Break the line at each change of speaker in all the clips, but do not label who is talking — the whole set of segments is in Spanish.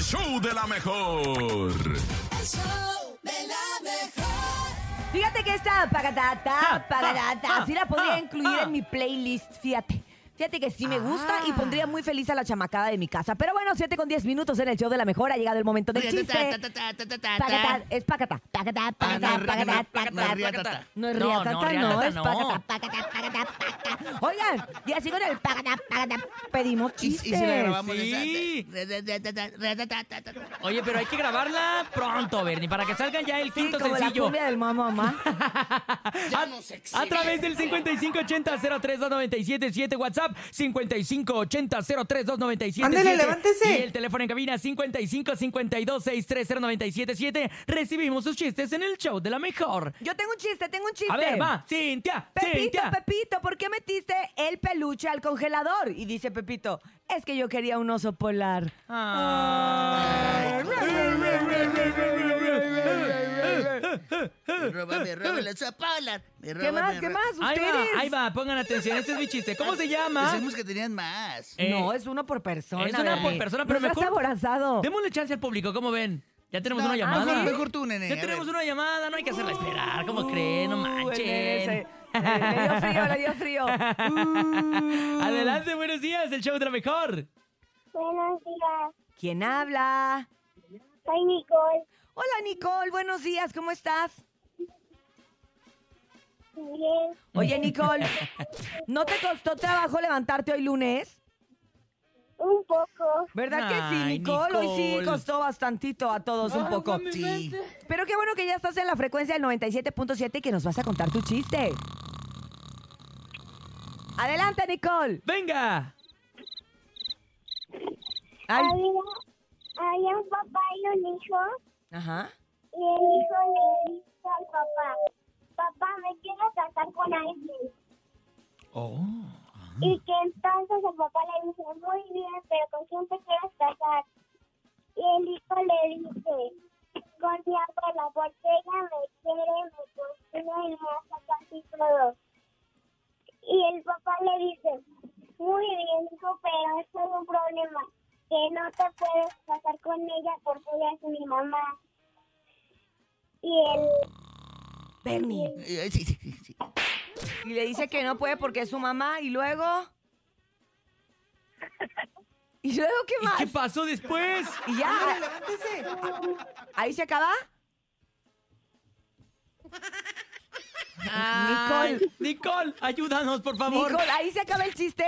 show de la mejor.
El show de la mejor.
Fíjate que esta pagadata, pagadata, así la podría incluir en mi playlist, fíjate. Fíjate que sí me gusta y pondría muy feliz a la chamacada de mi casa. Pero bueno, 7 con 10 minutos en el show de la mejor. Ha llegado el momento del chiste. Pacatá, Ah, es pacatá, pacatá, pacatá, pacatá, pacatá, pacatá. No es riatata, no, es pacatá, pacatá, pacatá, pacatá. Oigan, y así con el pacatá, pacatá, pedimos
Y, y
chistes.
si la grabamos
Sí.
esa-
Oye, pero hay que grabarla pronto, Bernie, para que salgan ya el
Sí,
quinto
como la
sencillo.
cumbia del mamá, mamá.
Ya nos exhibe.
Ah, A través del 5580-032977 WhatsApp, 5580-032977.
Ándele, levántese.
Y el teléfono en cabina 5552-630977. Recibimos sus chistes en el show de la mejor.
Yo tengo un chiste, tengo un chiste.
A ver, va, Cintia,
Pepito,
Cintia.
Pepito, ¿por qué metiste el peluche al congelador? Y dice Pepito, es que yo quería un oso polar.
Ah.
Me roba, me roba la zapalar. Me roba,
¿Qué más,
me
qué
ro-
más?
Ahí
¿Ustedes?
va, ahí va, pongan atención, este es mi chiste. ¿Cómo se llama?
Pensamos que tenían más.
Eh,
no, es uno por persona.
es una por
Bernie.
persona, pero
no seas
mejor-
aborazado.
Démosle chance al público, ¿cómo ven? Ya tenemos
No,
una
ah,
llamada.
sí, mejor tú, nene, a
Ya
ver.
tenemos una llamada, no hay que hacerla esperar. ¿Cómo
Uh,
creen? No
el nene se-
manchen.
Le dio frío, le dio frío. Uh.
Adelante, buenos días, el show de la mejor.
Buenos días,
¿Quién habla?
soy Nicole.
Hola, Nicole, buenos días, ¿cómo estás?
Bien,
Oye, Nicole, ¿no te costó trabajo levantarte hoy lunes?
un poco.
¿Verdad que sí,
Ay,
Nicole? Hoy sí
Nicole. Ah,
costó bastantito a todos un poco.
Sí.
Pero qué bueno que ya estás en la frecuencia del 97.7 y que nos vas a contar tu chiste. Adelante, Nicole.
Venga.
Ay.
Había, había un papá y un hijo,
Ajá.
y el hijo le dice al papá, papá, me quiero casar con alguien. Y que entonces el papá le dice, muy bien, pero ¿con quién te quieres casar? Y el hijo le dice, con mi abuela, porque ella me quiere, me consigue y me hace casi todo. Y el papá le dice, muy bien, hijo, pero esto es un problema, que no te puedes casar con ella porque ella es mi mamá. Y el,
Bernie.
Eh, sí, sí, sí, sí.
Y le dice que no puede porque es su mamá. Y luego. ¿Y luego qué
¿Y
más?
qué Ah, pasó después?
Y ya. Ahí se acaba.
Ah.
Ay, Nicole, ayúdanos, por favor.
Nicole, ahí se acaba el chiste.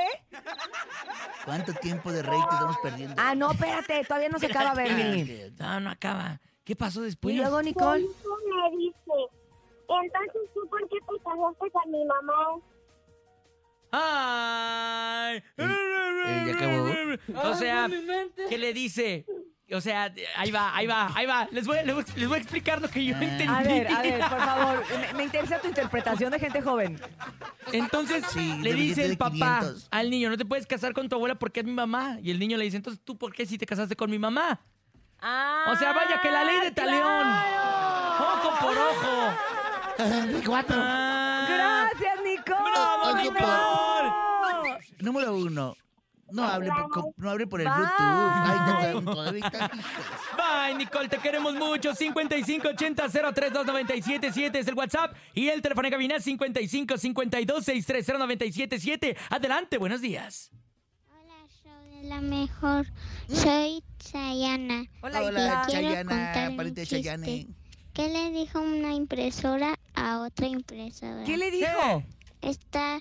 ¿Cuánto tiempo de rating estamos perdiendo?
Ah, no, espérate, todavía no se acaba, Bernie.
Espérate.
No, no acaba. ¿Qué pasó
Y
después?
luego,
y el
Nicole.
hijo me dice, entonces tú por qué te casaste con mi mamá?
Ay.
eh, ya acabó.
O sea, ¿qué le dice? O sea, ahí va, ahí va, ahí va. Les voy, a- les voy a- les voy a explicar lo que
Ah.
yo entendí.
A ver, a ver, por favor. Me, me interesa tu interpretación de gente joven.
Entonces
Sí,
le
de
dice
billete
el
de
papá
500.
al niño, no te puedes casar con tu abuela porque es mi mamá. Y el niño le dice, entonces tú por qué si te casaste con mi mamá?
Ah,
O sea, vaya que la ley de Taleón. Ojo por ojo.
Mi cuatro.
Ah,
Gracias, Nicole.
¡Bravo,
Ojo
Nicole!
¡Bravo!
Número uno. No hable, por, co- no hable por el
Bye.
Bluetooth. Ay, no, todavía está- hijos.
Bye, Nicole, te queremos mucho. 5580-032977 es el WhatsApp y el teléfono de cabina 5552-630977. Adelante, buenos días.
Hola, show de la mejor. Soy Sayana.
Hola,
Hola,
Isla.
Quiero contar
Chayana,
un
pariente de
chiste.
Chayane.
¿Qué le dijo una impresora a otra impresora?
¿Qué le dijo?
¿Esta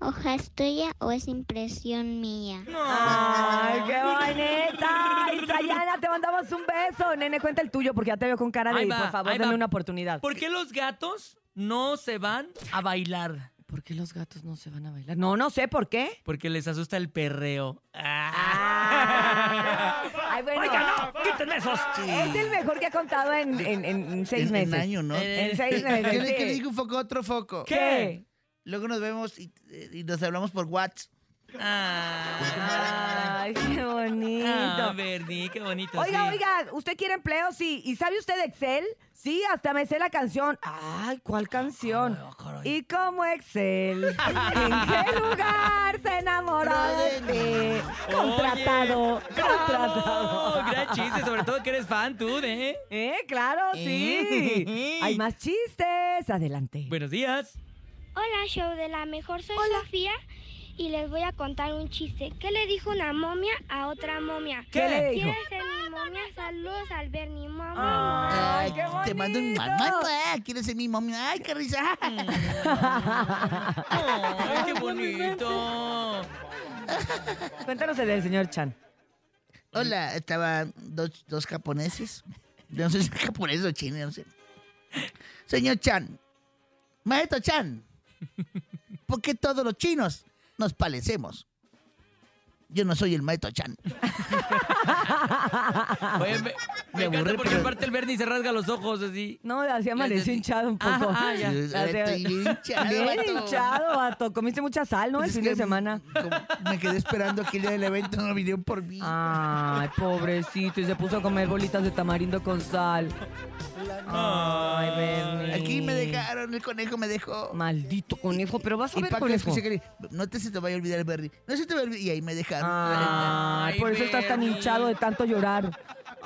hoja es tuya o es impresión mía?
Ay, qué bonita. Isayana, te mandamos un beso. Nene, cuenta el tuyo porque ya te veo con cara de,
Ahí va,
por favor,
ahí va.
dame una oportunidad.
¿Por qué los gatos no se van a bailar?
¿Por qué los gatos no se van a bailar? No, no sé por qué.
Porque les asusta el perreo. Ah.
Ay, bueno.
Oiga, no, quítenme esos.
Es el mejor que ha contado en, en- en seis
En- en
meses.
año, ¿no?
En seis meses.
¿Qué le, qué le
sí.
dijo un foco a otro foco?
¿Qué?
eh, Luego nos vemos y, y nos hablamos por WhatsApp.
Ah,
Ay, qué bonito.
ah, Bernie, qué bonito.
Oiga,
sí.
oiga, ¿usted quiere empleo? Sí. ¿Y sabe usted de Excel? Sí, hasta me sé la canción. Ay, ¿cuál canción?
Ah, caray.
¿Y cómo Excel? ¿En qué lugar se enamoró de ti?
Oye,
Contratado.
bravo,
Contratado.
Gran chiste, sobre todo que eres fan tú, ¿eh?
Eh, claro, sí.
Eh.
Hay más chistes. Adelante.
Buenos días.
Hola, show de la mejor, soy Sofía y les voy a contar un chiste. ¿Qué le dijo una momia a otra momia?
¿Qué le dijo?
¿Quieres ser mi momia? Saludos al ver mi momia.
Ay, qué
Te mando un
bonito. Mm.
mamá. ¿Quieres ser mi mami? Ay, qué risa.
Ay, qué bonito.
Cuéntanos el del señor Chan.
Hola, estaban dos, dos japoneses. Yo no sé si son japoneses o chinos, no sé. Señor Chan, maestro Chan, ¿por qué todos los chinos nos parecemos? Yo no soy el maestro Chan.
Oye, me, me
Me
encanta
aburrí,
porque
pero-
aparte el Bernie se rasga los ojos así.
No, así amaneció
sí.
hinchado un poco.
Ah, ah, ya.
Yo Estoy bien hinchado,
Bien
vato.
hinchado, vato. Comiste mucha sal, ¿no? El
Es
fin
que
de semana.
como Me quedé esperando aquel día del evento, no vinieron por mí.
Ay, pobrecito, y se puso a comer bolitas de tamarindo con sal. Ay, Bernie.
Aquí me dejaron, el conejo me dejó.
Maldito conejo, pero vas a
Y
ver
Paco
conejo.
escuché que le- no te se te vaya a olvidar, Berry. No se te va a olvidar. Y ahí me dejaron.
Ah. Ay, por eso estás tan
Bernie.
hinchado de tanto llorar.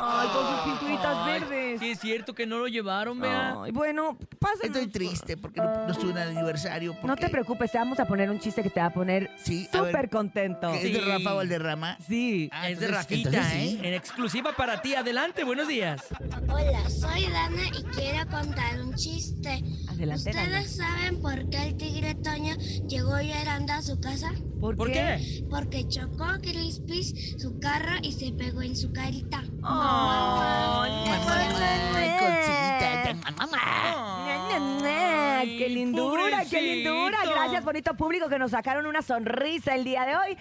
Ay, con sus pinturitas
Ay,
verdes.
Sí, es cierto que no lo llevaron, vea.
Ay, bueno, pásanos.
Estoy triste porque no, no estuve en el aniversario.
No
porque-
te preocupes, te vamos a poner un chiste que te va a poner
Sí, a ver.
súper contento.
¿Es de
Sí.
Rafa Valderrama?
Sí.
Ah,
es de
entonces-
Rafita,
entonces sí.
¿eh? En exclusiva para ti. Adelante, buenos días.
Hola, soy Dana y quiero contar un chiste.
Adelante, Nana.
¿Ustedes saben por qué el tigre Toño llegó llorando a su casa?
¿Por qué?
Porque chocó a Crispis su carro y se pegó en su carita.
Ay, Conchita, mamá.
Na, na, na. ¡Qué lindura, qué lindura!
pobrecito.
Gracias, bonito público, que nos sacaron una sonrisa el día de hoy.